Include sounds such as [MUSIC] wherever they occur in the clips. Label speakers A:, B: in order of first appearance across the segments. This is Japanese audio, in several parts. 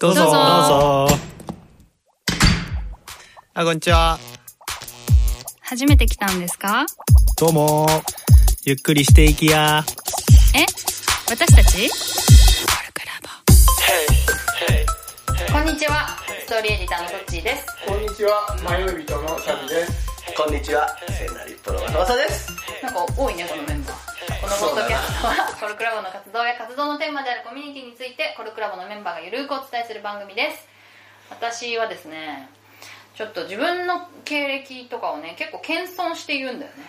A: どうぞ
B: どうぞ
A: あ、こんにちは。
B: 初めて来たんですか
A: どうも。ゆっくりしていきや。
B: え私たち
C: こんにちは、ストーリーエディターのトッチーです。
D: こんにちは、迷い人のサビです。
E: こんにちは、セナリプロの翼です。
C: なんか多いね、このメンバー。このポッドキャストは、 [LAUGHS] コルクラボの活動や活動のテーマであるコミュニティについて、コルクラボのメンバーがゆるくお伝えする番組です。私はですね、ちょっと自分の経歴とかをね、結構謙遜して言うんだよね。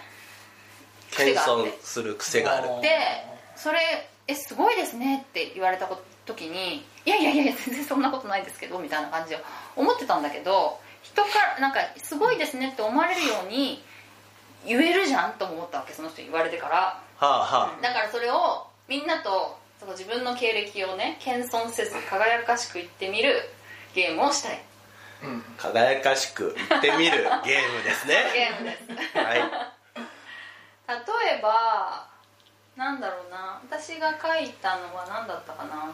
E: 謙遜する癖がある。
C: で、それ、え、すごいですねって言われたこと時に、いやいやいやいや、全然そんなことないですけど、みたいな感じを思ってたんだけど、人から、なんか、すごいですねって思われるように、言えるじゃんとも思ったわけ、その人に言われてから。
E: はあは
C: だからそれをみんなとその自分の経歴をね謙遜せず輝かしく言ってみるゲームをしたい
E: あ、輝かしく言って
A: [LAUGHS]
E: みるゲームですね。
C: ゲームです例
E: はい。
C: えばなんだろうな私が書いたのは何だったかな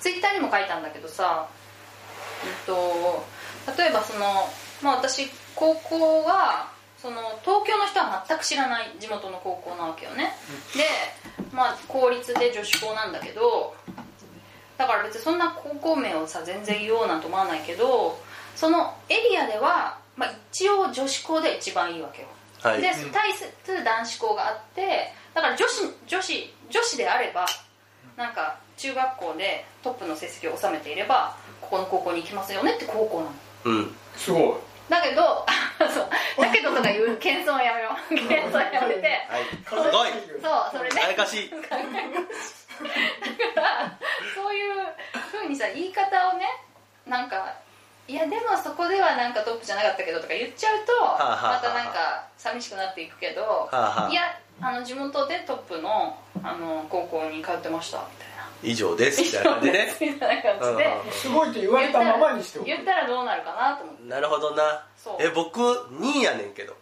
C: ツイッターにも書いたんだけどさうんと例えばその、まあ、私高校はその東京の人は全く知らない地元の高校なわけよねで、まあ、公立で女子校なんだけどだから別にそんな高校名をさ全然言おうなんて思わないけどそのエリアでは、まあ、一応女子校で一番いいわけよ
E: はい。
C: で対する男子校があってだから女子女子女子であればなんか中学校でトップの成績を収めていればここの高校に行きますよねって高校なの
E: うん。
D: すごい。
C: だけど [LAUGHS] そうだけどとか言う謙遜はやめよ
E: [LAUGHS]
C: う謙遜やめて
E: はい。すごい。
C: そうそれで
E: 輝かしい。
C: そういうふうにさ言い方をねなんかいやでもそこではなんかトップじゃなかったけどとか言っちゃうと
E: あはあ
C: またなんか寂しくなっていくけど
E: あはあ
C: いやあの地元でトップのあの高校に通ってました
E: 以上です。み
C: み
E: た
C: た
E: い
C: いな
E: な感じね。
C: みたいな感じで
D: すごいって言われたままにしておく。
C: 言ったらどうなるかなと思って
E: うんなるほどな
C: そう。
E: え、僕、2位やねんけど。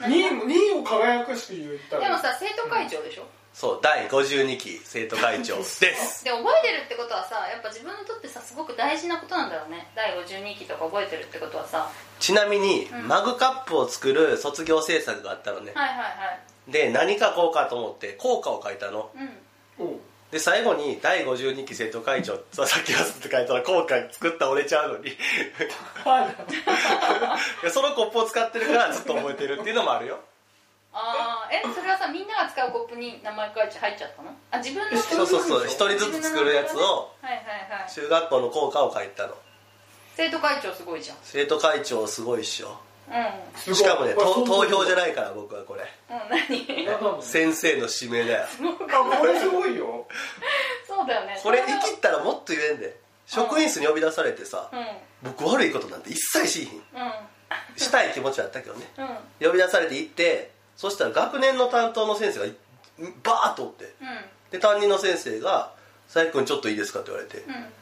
D: 二位も二位を輝かしく言った
C: でも
D: ら。
C: さ生徒会長でしょ
E: そう、第52期生徒会長
C: [LAUGHS]
E: です。
C: で覚えてるってことはさやっぱ自分にとってさすごく大事なことなんだろうね第52期とか覚えてるってことはさ
E: ちなみに、
C: うん
E: マグカップを作る卒業制作があったのね。
C: はいはいはい
E: で、何書こうかと思って、効果を書いたの。
C: うん
D: おう
E: で最後に第52期生徒会
C: [LAUGHS]
E: 長佐々木康って書いたら今回作った俺ちゃうのに [LAUGHS] いやそのコップを使ってるからずっと覚えてるっていうのもあるよ
C: ああえそれはさみんなが使うコップに名前書いて入っちゃったのあ自分の
E: そうそうそう一人ずつ作るやつを
C: はいはいはい
E: 中学校の校歌を書いたの
C: 生徒会長すごいじゃん
E: 生徒会長すごいっしょ
C: う
D: すごい
E: しかもねと投票じゃ
D: い。
E: ないから僕はこれ
C: んうん何
D: あこ
E: 先生の指名だよ
D: れすごいよ。
C: そうだよね
E: これ
C: 生
E: 生きったらもっと言えんで職員室に呼び出されてさ
C: うんうん
E: 僕悪いことなんて一切しいひんしたい気持ちはあったけどね
C: うん
E: 呼び出されて行ってそしたら学年の担当の先生がいバーッとおって
C: うん
E: で担任の先生が「佐伯君ちょっといいですか?」って言われて「
C: うん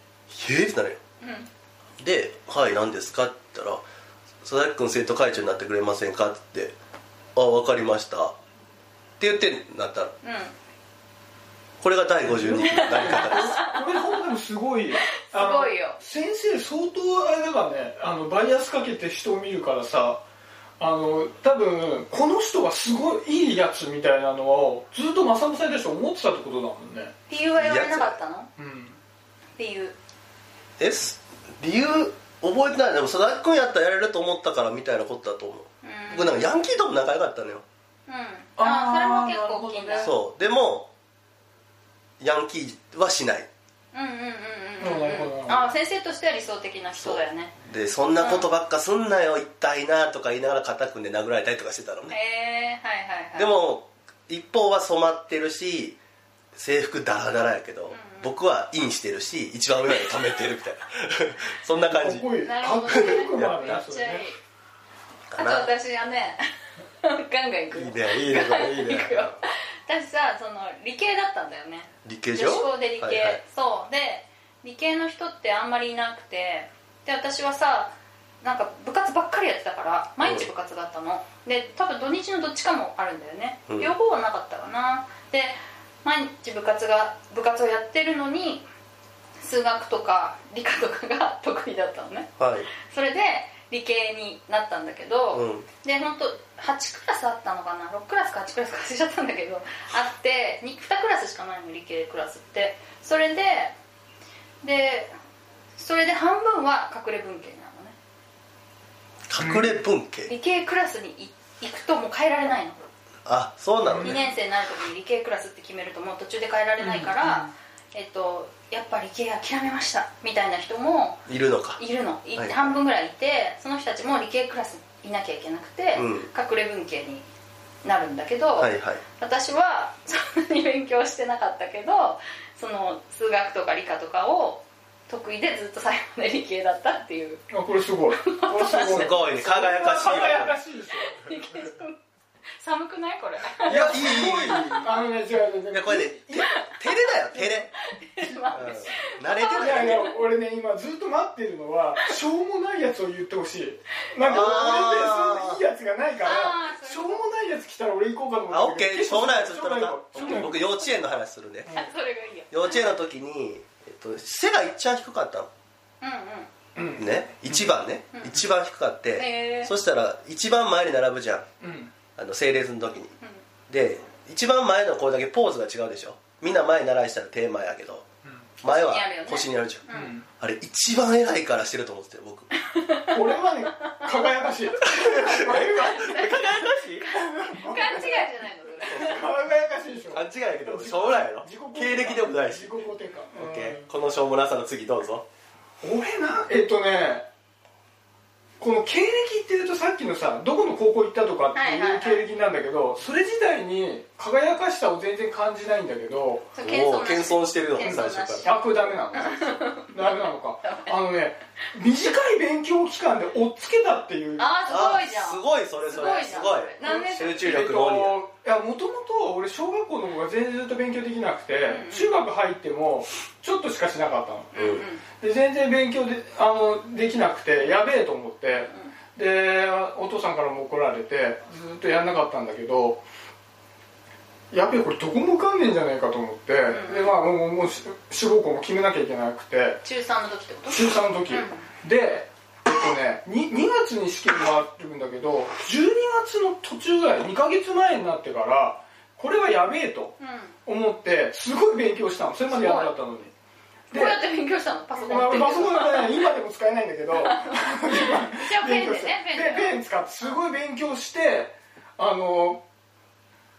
E: えっ?」ってなるよ
C: うん
E: で「はい何ですか?」って言ったら「佐伯君生徒会長になってくれませんか?」って言って「あ分かりました」って言ってなったの
C: うん
E: これが第52期のなり方です
D: これ本当にすごいよ。す
C: すごいよ
D: 先生相当あれだからね、あのバイアスかけて人を見るからさ。あの多分この人がすごいいいやつみたいなのをずっとマサムさんに対して思ってたってことだもんね
C: 理由は言われなかったの
D: うん
C: 理由
E: えす理由覚えてないでも佐伯君やったらやれると思ったからみたいなことだと思う
C: うん
E: 僕なんかヤンキーとも仲良かったのよ
C: うんあ
D: あー
C: あそれも結構大きいんだ
E: そうでもヤンキーはしない
C: うんうんうん
D: なるほ
C: うんう
D: どなるほ
C: ん
D: ど
C: あー先生としては理想的な人だよね
E: でそんなことばっかすんなよ、痛いなとか言いながら肩組んで殴られたりとかしてたの
C: へ
E: ね、
C: えはいはいはい
E: でも一方は染まってるし制服ダラダラやけど、
C: ん
E: 僕はインしてるし一番上まで止めてるみたいな [LAUGHS] そんな感
D: か
E: じ
D: っこいい
C: なる
D: か
C: ほ
D: っ
C: ど
D: こ
C: ね
D: よくもある
C: め
D: ね
C: っ
D: そ
C: ち
D: れ
C: ゃいい
D: ね
C: あ
E: か
C: と
E: な
C: 私はね [LAUGHS] ガンガン行くよ
E: いいねいいねこれいいね
C: [LAUGHS] 行くよ私さその理系だったんだよね
E: 理系じゃ
C: 女
E: ん
C: 子校で理系、
E: はいはい
C: そうで理系の人ってあんまりいなくてで私はさなんか部活ばっかりやってたから毎日部活だったの、で多分土日のどっちかもあるんだよね、
E: うん
C: 両方はなかったかなで毎日部活が部活をやってるのに数学とか理科とかが [LAUGHS] 得意だったのね
E: はい
C: それで理系になったんだけど、
E: うん
C: で本当8クラスあったのかな6クラスか8クラスか忘れちゃったんだけどあって 2, クラスしかないの理系クラスってそれででそれで半分は隠れ文系なのね
E: 隠れ文系
C: 理系クラスにい行くともう変えられないの
E: あそうなの
C: 2
E: ね
C: 年生になる時に理系クラスって決めるともう途中で変えられないから、えっと、やっぱ理系諦めましたみたいな人も
E: いるのか
C: いるの、い
E: はい
C: 半分ぐらいいてその人たちも理系クラスにいなきゃいけなくて、
E: うん
C: 隠れ文系になるんだけど、
E: はいはい
C: 私は [LAUGHS] そんなに勉強してなかったけどその数学とか理科とかを得意でずっと最後まで理系だったっていう [LAUGHS]
D: あこれすごいこれす
E: すごいね輝かしいわ
D: 輝かしいですよ
C: 理系寒くないこ
E: [LAUGHS]
C: れ
D: いやすごいあのね違う違う
E: いやこれねいや照れだよ照れ、
C: まあ
E: うん、慣れて
D: い
E: な
D: や
E: い
D: い
E: ね
D: や俺ね今ずっと待ってるのはしょうもないやつを言ってほしいなんか
E: あ
D: 俺ねそ
E: ー
D: ういいやつがないから
C: あー
D: しょうもないやつ来たら俺行こうかと思
E: あオ
D: っ
E: ッ
D: て
E: ケーしょうもないやつ取るか
D: しょう
E: オッ
D: も
E: ケ
D: な
E: ー
D: い
E: 僕幼稚園の話するね
C: それがいいよ
E: 幼稚園の時に、えっと、背が一番低かった
C: うんうん
E: のね一番ね、一番低かって、
C: へー
E: そしたら一番前に並ぶじゃん
D: うん
E: あの整列の時に、で一番前のこれだけポーズが違うでしょみんな前に習いしたら手前やけど前は
C: 腰にあるよね
E: 腰にあるじゃん、
D: うん
E: あれ一番偉いからしてると思ってたよ僕
D: 俺はね輝かしい [LAUGHS] 俺は
C: 勘違いじゃないのそれ
D: 輝かしいでしょ
E: [LAUGHS] 勘違いやけどしょうもないやろ
D: 自己肯定
E: 経
D: 感
E: 歴でもないし
D: 自己肯定感
E: オッケーこのしょうもなさの次どうぞ
D: うん俺なえっとねこの経歴っていうとさっきのさどこの高校行ったとかって
C: はいはい
D: い
C: は
D: う
C: い
D: 経歴なんだけどそれ自体に輝かしさを全然感じないんだけど
C: そう
E: もう
C: 謙遜なし
E: 謙遜してるの最
C: 謙遜なし
E: 初から
D: あこれダメ
C: [LAUGHS]
D: なのダメなのかあのね短い勉強期間で追っつけたっていう
C: ああすごいじゃん
E: あすごいそれそれ
C: す
E: す
C: ごいじゃん
E: ごい
C: それ何年生
E: 集中力の鬼や
D: えっといやもともと俺小学校の方が全然ずっと勉強できなくて、中学入ってもちょっとしかしなかったの
C: うんうん
D: で全然勉強であのできなくてやべえと思って、でお父さんからも怒られてずっとやんなかったんだけどやべえこれどこも受かんねえんじゃないかと思って、
C: ん
D: でまあもうもうし志望校も決めなきゃいけなくて
C: 中3の時ってこと
D: 中3の時、
C: う
D: でえっとね 2, 2月に試験があるんだけど12月の途中ぐらい2ヶ月前になってからこれはやべえと
C: うん
D: 思ってすごい勉強したのそれまでやらなかったのに
C: こうやって勉強したのパソコン持
D: まあ
C: ってる
D: パソコンはね今でも使えないんだけど
C: じゃあペンで
D: 勉強
C: ね
D: して
C: ペンでね
D: ペン使ってすごい勉強してあの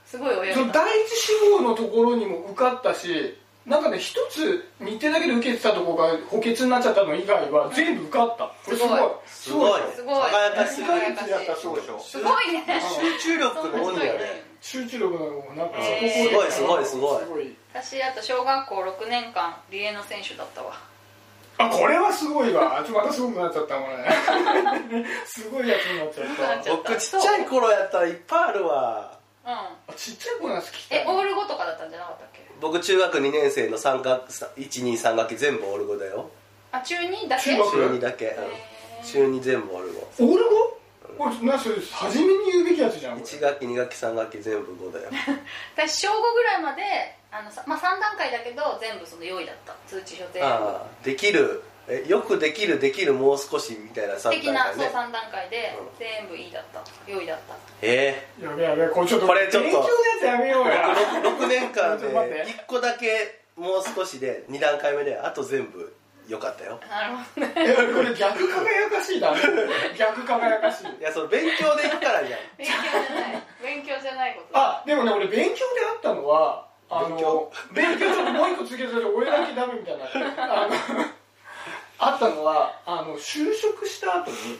C: すごい泳いだ
D: その第一志望のところにも受かったしなんかね一つ日程だけで受けてたとこが補欠になっちゃったの以外は全部受かった、これすごい
E: すごい
C: すごい
E: 輝かし
D: す
E: い
D: ごい2ヶ月やったらそうでしょ
C: すごいね
E: 集中力の鬼やね
D: 集中力のなんかそこ
C: へー
E: すごいすごいすごい
D: すごい
C: 私あと小学校6年間リエの選手だったわ
D: あこれはすごいわちょっとまたすごくなっちゃったもんね [LAUGHS] すごいやつになっちゃっ
E: 僕ちっちゃい頃やったらいっぱいあるわ
C: うん
D: たあちっちゃい子のやつ聞きたい
C: えオール5とかだったんじゃなかったっけ
E: 僕中学2年生の3学123学期全部オルゴだよ
C: あ中2だけ
D: 中学
E: 中2だけ、うん中2全部オルゴ
D: オール語これなそれ初めに言うべきやつじゃんこれ
E: 1学期2学期3学期全部5だよ
C: 私小5ぐらいまであのさ、まあ、3段階だけど全部その用意だった通知書全部
E: ああできるえよくできるできるもう少しみたいな3
C: 的な
E: 段階
C: そう
E: ね
C: 3段階で
E: うん
C: 全部いいだった用意だった
E: え
D: やべやべこれちょっと
E: これちょっと
D: 勉強のやつやめよう
E: え
D: や
E: 6, 年
D: [LAUGHS]
E: 間
D: ちょっと待っ
E: で
D: て
E: 1個だけもう少しで2段階目であと全部良かったよ
C: なるほど
E: [LAUGHS]
C: ね
D: えこれ逆輝かしいだね [LAUGHS] 逆輝かしい
E: いやその勉強でいくからじゃん
C: 勉強じゃない勉強じゃないこと
D: あでもね俺勉強であったのはあ
E: 勉
D: の
E: 強
D: 勉強ちょっともう一個続けて俺だけダメみたいなあのあったのはあの就職した後に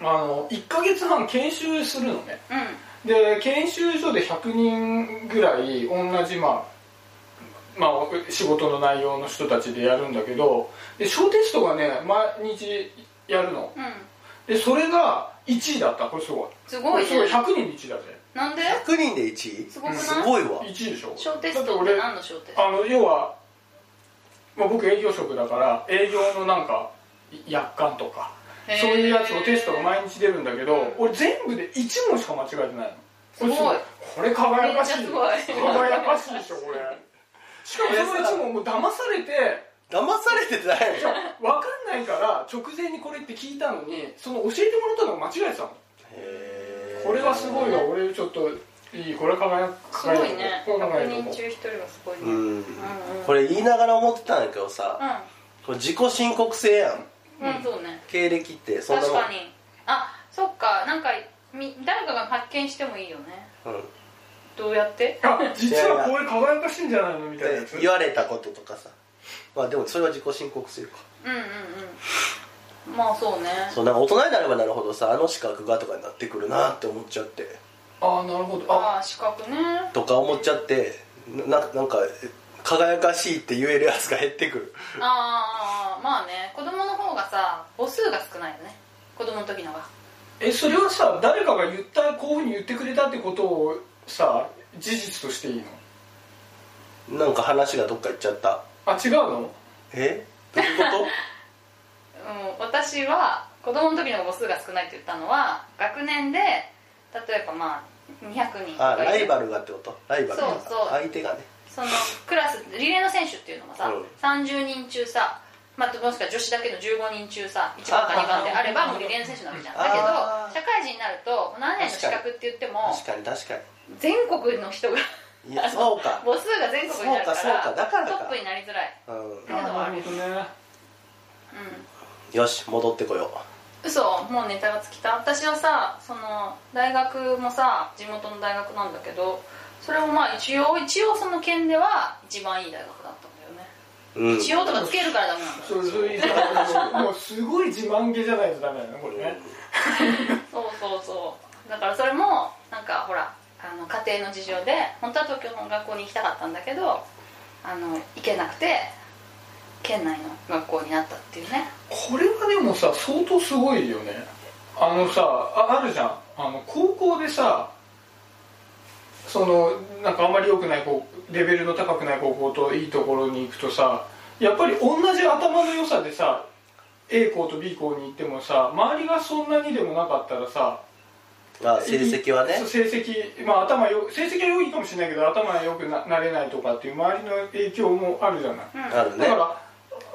D: あの1ヶ月半研修するのね
C: うん
D: で研修所で100人ぐらい同じまあまあ、仕事の内容の人たちでやるんだけどで小テストがね毎日やるの
C: うん
D: でそれが1位だったこれすごい
C: す
D: こ
C: ご
D: れ
C: い
D: すごい
C: ね
D: 100人で1位だぜ
C: なんで
E: 100人で1位
C: すごくない
E: すごいわ
D: 1位でしょ
C: 小テ
D: だ
C: ス
D: って
C: トっ
D: 俺
C: て何の小テスト
D: あの要は、まあ、僕営業職だから営業のなんか約款とか
C: へー
D: そういうやつをテストが毎日出るんだけど、
C: うん
D: 俺全部で1問しか間違えてないのこれ
C: すごい
D: これ輝かしい
C: めっちゃすごい [LAUGHS]
D: 輝かしいでしょこれしかもその1問もう騙されて
E: 騙されてないでしょ
D: わかんないから直前にこれって聞いたのにその教えてもらったのが間違えてたのこれはすごいわ俺ちょっといいこれは輝く
C: すごいね
D: これは
C: 100
D: 輝くと思
C: 人
D: う
C: 中1人はすごいね
E: う
C: うん
E: んこれ言いながら思ってたんやけどさこれ自己申告制やん
C: うん、うん、そうね
E: 経歴ってそんな
C: 確
E: もん
C: かにあそっかなんかみ誰かが発見してもいいよね
E: うん
C: どうやって
D: あ実はこれ輝かしいんじゃないのみたいなやつ
E: で言われたこととかさまあでもそれは自己申告制か
C: うんうんうんまあそうね
E: そうなんか大人になればなるほどさあの資格がとかになってくるなって思っちゃって
D: ああなるほどあ
C: ああ資格ね
E: とか思っちゃってなななんか輝かしいって言えるやつが減ってくる
C: ああまあね子供の方がさ母数が少ないよね子供の時のが
D: えそれはさ誰かが言ったこういうふうに言ってくれたってことをさ事実としていいの
E: なんか話がどっか行っちゃった
D: あ違うの
E: えどういうこ
C: うん、私は子供の時の母数が少ないって言ったのは学年で例えばまあ200人と
E: とあ
C: か
E: ラ
C: い
E: イ
C: て
E: バルがってことライバルが
C: そうそう
E: 相手がね
C: そのクラスリレーの選手っていうのもさ、
E: うん
C: 30人中さ、まあ、もしくは女子だけの15人中さ1番か2番であればもうリレーの選手なわけじゃんだけど
E: あー
C: 社会人になると何年の資格って言っても
E: 確かに確か
C: 全国の
E: [LAUGHS]
C: 人が
E: にいやそうか
C: 母数が全国になるから
E: そうかそうかだからか
C: トップになりづらい
E: うん
C: なるほどね
D: ね
C: うん
E: よし戻ってこよ
C: 嘘もうネタが尽きた私はさその大学もさ地元の大学なんだけどそれもまあ一応一応その県では一番いい大学だったんだよね、
E: ううん
C: 一応とかつけるからダメなんだ
D: そ
C: そう
D: そう
C: [LAUGHS]
D: いうさもうすごい自慢げじゃないとダメだねこれね
C: うそうそうだからそれもなんかほらあの家庭の事情で本当は東京の学校に行きたかったんだけどあの行けなくて県内の学校になったっていうね
D: これはでもさ相当すごいよねあのさああるじゃんあの高校でさそのなんかあんまり良くない高レベルの高くない高校といいところに行くとさやっぱり同じ頭の良さでさ A 校と B 校に行ってもさ周りがそんなにでもなかったらさ
E: まあ成績はね
D: そう成績まあ頭よ成績は良いかもしれないけど頭が良くななれないとかっていう周りの影響もあるじゃない
C: うん
E: ある
D: だ
E: ね
D: から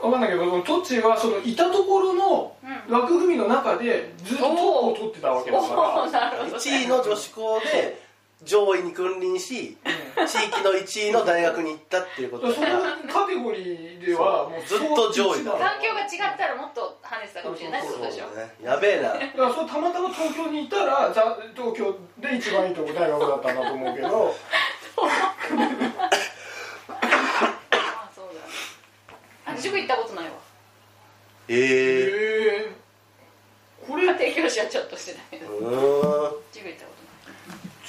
D: 分かんないけどそのトッチはそのいたところの
C: うん
D: 枠組みの中でずっとトップを取ってたわけだ
C: お
D: か
C: おなるほどね
E: 1位の女子校で上位に君臨し地域の1位の大学に行ったっていうこ
D: ら
E: と
D: その
E: だ
D: カテゴリーではもう
E: ずっと上位だ
D: そう
C: 環境が違ったらもっと跳ねてたかもしれないってことでしょ
E: ねやべえな
D: だからそれたまたま東京にいたらざ東京で一番いいとこ大学だったんだと思うけど
C: あそうだあ塾行ったことないわ
E: [LAUGHS] ええ
D: えー、これ
C: 家庭教師はちょっとしてないけ
E: う
C: ど
E: ーん
C: 塾行ったこと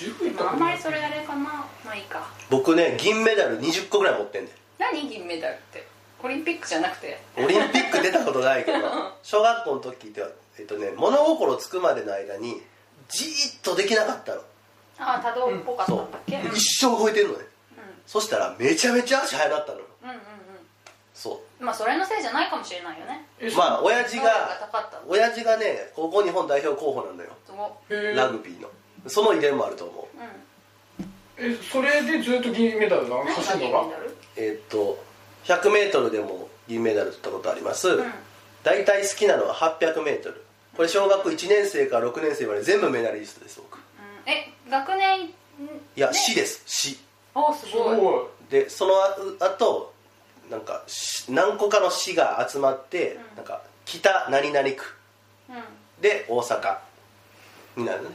D: 塾行っ
C: な
D: た
C: いあ
D: こ
C: ん
D: と
C: ま
D: ない
C: りそれあれかなまあいいか
E: 僕ね銀メダル20個ぐらい持ってんね
C: 何銀メダルってオリンピックじゃなくて
E: んオリンピック出たことない
C: [LAUGHS]
E: けど小学校の時ってえっとね物心つくまでの間にじーっとできなかったの
C: ああ多動っぽかったんだっけ、うん、うんうん
E: 一生動いてるのねそしたらめちゃめちゃ足速かったのよ
C: うん
E: そ
C: うんまあそれのせいじゃないかもしれないよね
D: え
E: う
D: そう
E: まあ親父
C: 能力が
E: が
C: 高かったの
E: 親父がね高校日本代表候補なんだよ
C: すごい
D: え
E: ラグビーのその遺伝もあると思う
C: うん
D: えそれでずっと銀メダルなの
C: 何が
D: 走る
C: 銀
D: の
C: メ
D: が
C: ダル
E: えーっと 100m でも銀メダル取ったことあります、
C: うん
E: 大体好きなのは 800m これ小学1年生から6年生まで全部メダリストです僕
C: うんえ学年ん
E: いや、
C: ね
E: 市です市
C: あす
D: す
C: ごい
D: ごい
E: でそのあとなんか市何個かの市が集まって、
C: ん
E: なんか北何々区
C: うん
E: で大阪になるね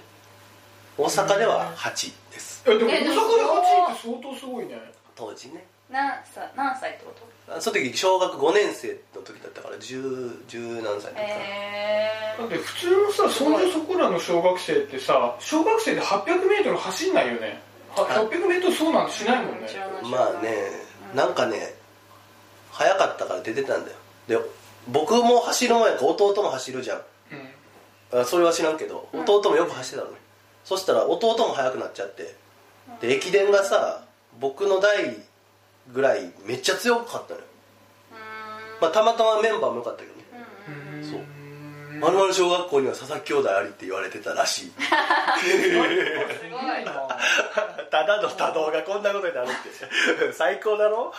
E: 大阪では8です、
D: えでも大
C: え
D: 阪
C: で
D: で
C: も
D: 8位って相当すごいね
E: 当時ね
C: 何歳何歳ってこと
E: その時小学5年生の時だったから10十何歳の時かな、
C: え
D: だって普通のさそんじょそこらの小学生ってさ小学生で 800m 走んないよねは 800m 走なんてしないもんね
C: 知らない
E: まあね、なんかね早かったから出てたんだよで僕も走るもんやから弟も走るじゃん
D: うん
E: あそれは知らんけど
C: うん
E: 弟もよく走ってたのね、そしたら弟も速くなっちゃってで駅伝がさ僕の代ぐらいめっちゃ強かったのよ、
C: うーん
E: まあ、たまたまメンバーも良かったけどね
C: うんうん
E: そう
D: う
E: 丸々小学校には佐々木兄弟ありって言われてたらしい
C: すごい。
E: た
C: [LAUGHS]
E: だの多動がこんなことになるって [LAUGHS] 最高だろ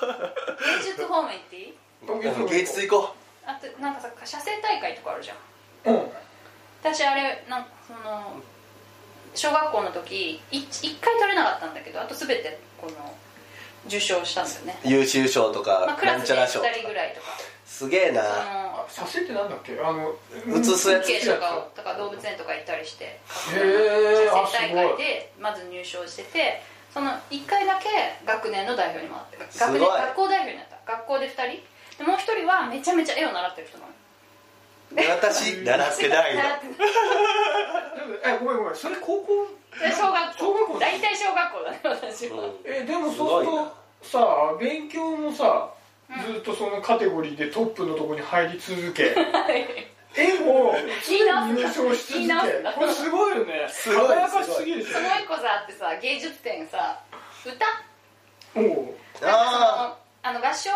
C: 芸術方面行っていい？
D: 今月
E: うん
D: も
E: 芸術行こ
C: あとなんかさ写生大会とかあるじゃん
D: うん
C: 私あれなんその小学校の時い一回取れなかったんだけどあと全てこの受賞したんだよね、
E: う優秀賞と
C: まあ、
E: か
C: ク
E: な
C: ラ
E: ん
C: ス
E: ち
C: で
E: ゃら
C: 2
E: 賞とか
C: 人ぐらいとか
E: すげえな
C: その
D: あ写生ってなんだっけあの
E: 写すやつ
C: 風景とかをとか動物園とか行ったりして
D: へえあ
C: 写
D: す
C: 生大会
D: ごい
C: でまず入賞しててその1回だけ学年の代表にもなって
E: すご
C: 学
E: い
C: 年学校代表になった学校で2人でもう1人はめちゃめちゃ絵を習ってる人なの
E: 私習ってないの
C: 習ってない
D: えごめんごめんそれ高校
C: で小学
D: 小学校
C: 校大体小学校だね私は、
E: うん
D: えでもそうするとさ勉強もさずっとそのカテゴリーでトップのとこに入り続け絵も常に優勝
C: 言
D: し続
C: い
D: け
C: 直すんだ
D: これすごいよね
E: すごい
D: 輝かしすぎるし
C: その一個さあってさ芸術展さ歌
D: おう
E: あ
C: ああの合唱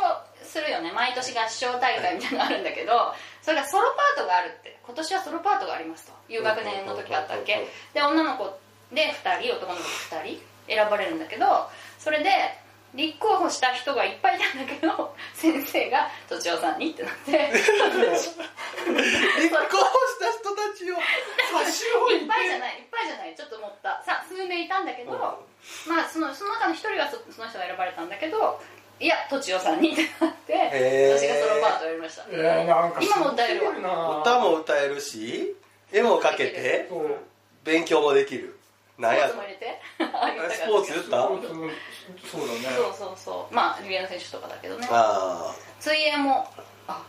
C: するよね毎年合唱大会みたいなのあるんだけど [LAUGHS] それがソロパートがあるって今年はソロパートがありますという学年の時があったっ
E: うんうん
C: け
E: うんう
C: で女の子で2人男の子2人選ばれるんだけどそれで立候補した人がいっぱいいたんだけど [LAUGHS] 先生が「とちおさんに」ってなって
E: [LAUGHS] 立候補した人たちを
C: いっぱいじゃないいっぱいじゃないちょっと思ったさ数名いたんだけど、
E: うん
C: まあそのその中の一人はそその人が選ばれたんだけどいやとちおさんにってなって
E: へー
C: 私がソロパートをやりました
D: えー、なんか
C: 今も歌えるわ
D: すごいな
E: 歌も歌えるし絵も描けて
D: そう
E: 勉強もできる
C: スポーツも
E: なんや
C: 入れてあげたかった
E: スポーツ言っ
D: ス
E: た
D: ポーツのそうだね
C: そうそうそうまあリベアの選手とかだけどね
E: あ
C: 水泳もあ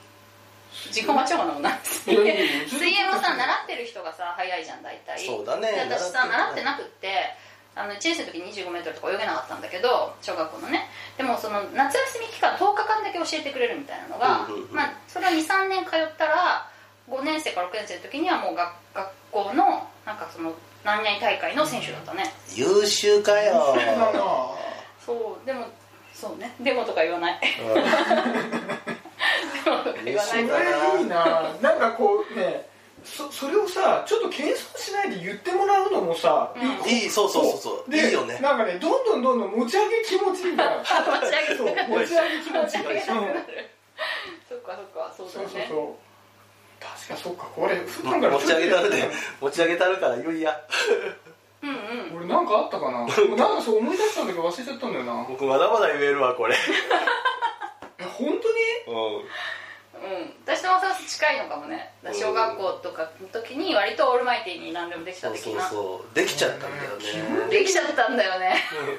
C: 自己間違いなもんな水
D: いやいやいや
C: 泳もさ習ってる人がさ早いじゃん大体
E: そうだね
C: で私さ
E: 習
C: 習っ
E: っ
C: てて
E: るね
C: なくってあの1年生の時 25m とか泳げなかったんだけど小学校のねでもその夏休み期間10日間だけ教えてくれるみたいなのが、
E: うんうんうん
C: まあ、それは23年通ったら5年生から6年生の時にはもう学学校のなんかその何々大会の選手だったね、
E: ー優秀か [LAUGHS] よ
D: そうだな
C: そうでもそうね [LAUGHS] でもとか言わないでもとか言わない
E: い
D: そ
E: い
D: れ
E: ね
D: いいななんかこうねそそれをさちょっと謙遜しないで言ってもらうのもさ、
C: うん
E: うんいいそうそうそうそうい
D: で
E: いよね
D: なんかねどんどんどんどん持ち上げ気持ちいいんだよ
C: 持ち上げたくな
D: 持
C: る
D: ち上げ気持ちい
C: 持
D: い
C: ち上げたくな
D: うん
C: るそっかそっかそうだ
D: そう
C: よ
D: そう
C: ね
D: そう確かそっかこれ普段から
E: 持ち上げたるで持ち上げたるからいよいや
C: うんうん
D: 俺なんかあったかななんかそう思い出したんだけど忘れちゃったんだよな
E: 僕まだまだ言えるわこれ [LAUGHS]
D: え本当に
E: う
C: うん私とマサス近いのかもねだから小学校とかの時に割とオールマイティーに何でもできた
E: んそ
C: 的
E: うそう
C: な
E: そうできちゃったんだよね
C: できちゃったんだよね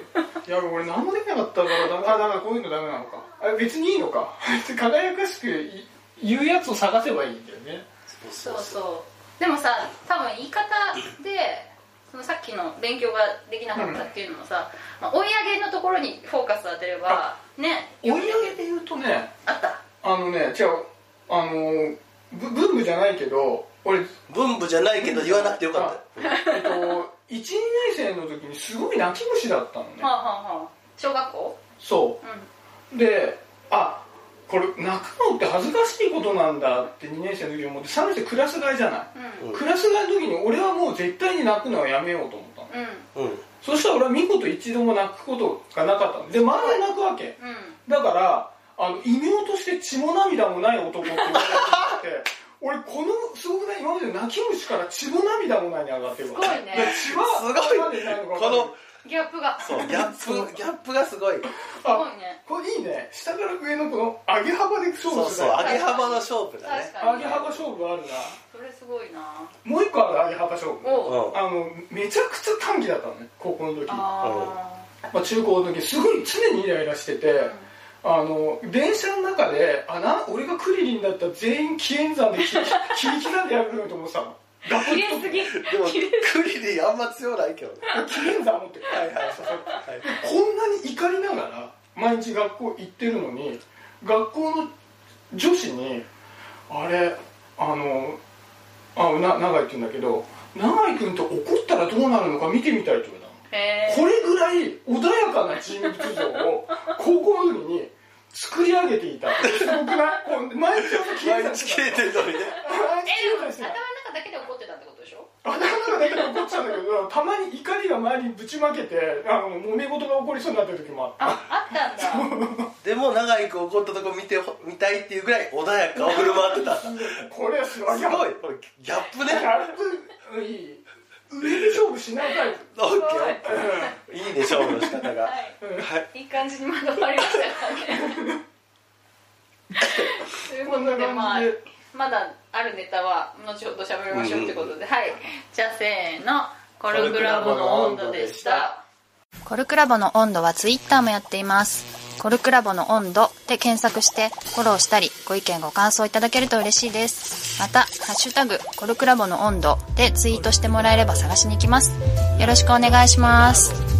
D: [LAUGHS] いや俺何もできなかったからダメあだからこういうのダメなのかあ別にいいのか [LAUGHS] 別に輝かしくい言うやつを探せばいいんだよね
E: そ
C: そうう
E: そうそう
C: そうでもさ多分言い方でそのさっきの勉強ができなかったっていうのもさ、まあ、追い上げのところにフォーカス当てればね
D: 追い上げで言うとね
C: あった
D: あのね違うあのブブームじゃないけど俺、えっ
E: 文部じゃないけど言わなくてよかったよ
D: と、1、2年 [LAUGHS] 生の時にすごい泣き虫だったのね
C: はあはあはあ小学校
D: そう
C: う
D: であこれ泣くのって恥ずかしいことなんだって2年生の時に思って3年生クラス替えじゃない
C: んうん
E: うん
D: クラス替えの時に俺はもう絶対に泣くのはやめようと思ったの
C: うん
E: うん
D: そしたら俺は見事一度も泣くことがなかったので周りは泣くわけ
C: うん
D: だからあの異名として血も涙もない男って言われてて俺このすごくない今までの泣き虫から血も涙もないに上がってるわ
C: すごいね
D: だから血は
E: すごい
D: 今までにないのか分か
E: こ
D: んない
E: の
C: ギャップがす
E: そうギャップギャップがすご
C: ご
E: い
C: いね
D: これいいね下から上のこの上げ幅で勝
E: そ
D: 負
E: う
D: す
E: そう
D: るね
E: 上げ幅の勝負だね
C: 確か
D: 上
C: に
D: げ幅勝負あるな
C: それすごいな
D: もう一個ある上げ幅勝負
C: おう
E: うん
D: あのめちゃくちゃ短期だったのね高校の時ま
C: あ
D: あ、中高の時すごい常にイライラしてて、あの電車の中であな俺がクリリンだったら全員紀元山 [LAUGHS] で切り切り刻んでやるのと思ってたの
C: あ綺麗すぎ
E: でもクリリンあんま強ないけど [LAUGHS] ね
D: 紀元山持って
E: はいはいはい
D: こんなに怒りながら毎日学校行ってるのに学校の女子にあれあのあな永井って言うんだけど永井君と怒ったらどうなるのか見てみたいって言われたの
C: へ
D: これぐらい穏やかな人物像を高校の時に作り上げていたすごくないこう毎日朝消え
E: 毎日聞いてるのにね
D: 毎
C: えでも
D: 日
C: 頭
D: 消え
C: の
D: てた
C: 中だけで怒ってたってことでしょ
D: 頭の中はだけど怒ってたんだけどたまに怒りが周りにぶちまけてあの揉め事が起こりそうになってる時もあった
C: ああったんだ
E: でも長井君怒ったとこ見てほ見たいっていうぐらい穏やかを振る舞ってたす
D: これはすごい
E: ご
D: ギ
E: い
D: ャッ
E: これギャッ
D: プ
E: プね
D: ギャップいい上で勝負しないタイプ
E: オッケーいいね勝負の仕方が、
C: はいいい感じにまとまりましたからね。ということ
D: こん
C: で、
D: な
C: まあ
D: 感じで、
C: まだあるネタは後ほど喋りましょうってことで、はい。じゃあせーの、コルクラボの温度でした。
B: コルクラボの温度はツイッターもやっています。コルクラボの温度で検索してフォローしたりご意見ご感想いただけると嬉しいです。また、ハッシュタグコルクラボの温度でツイートしてもらえれば探しに行きます。よろしくお願いします。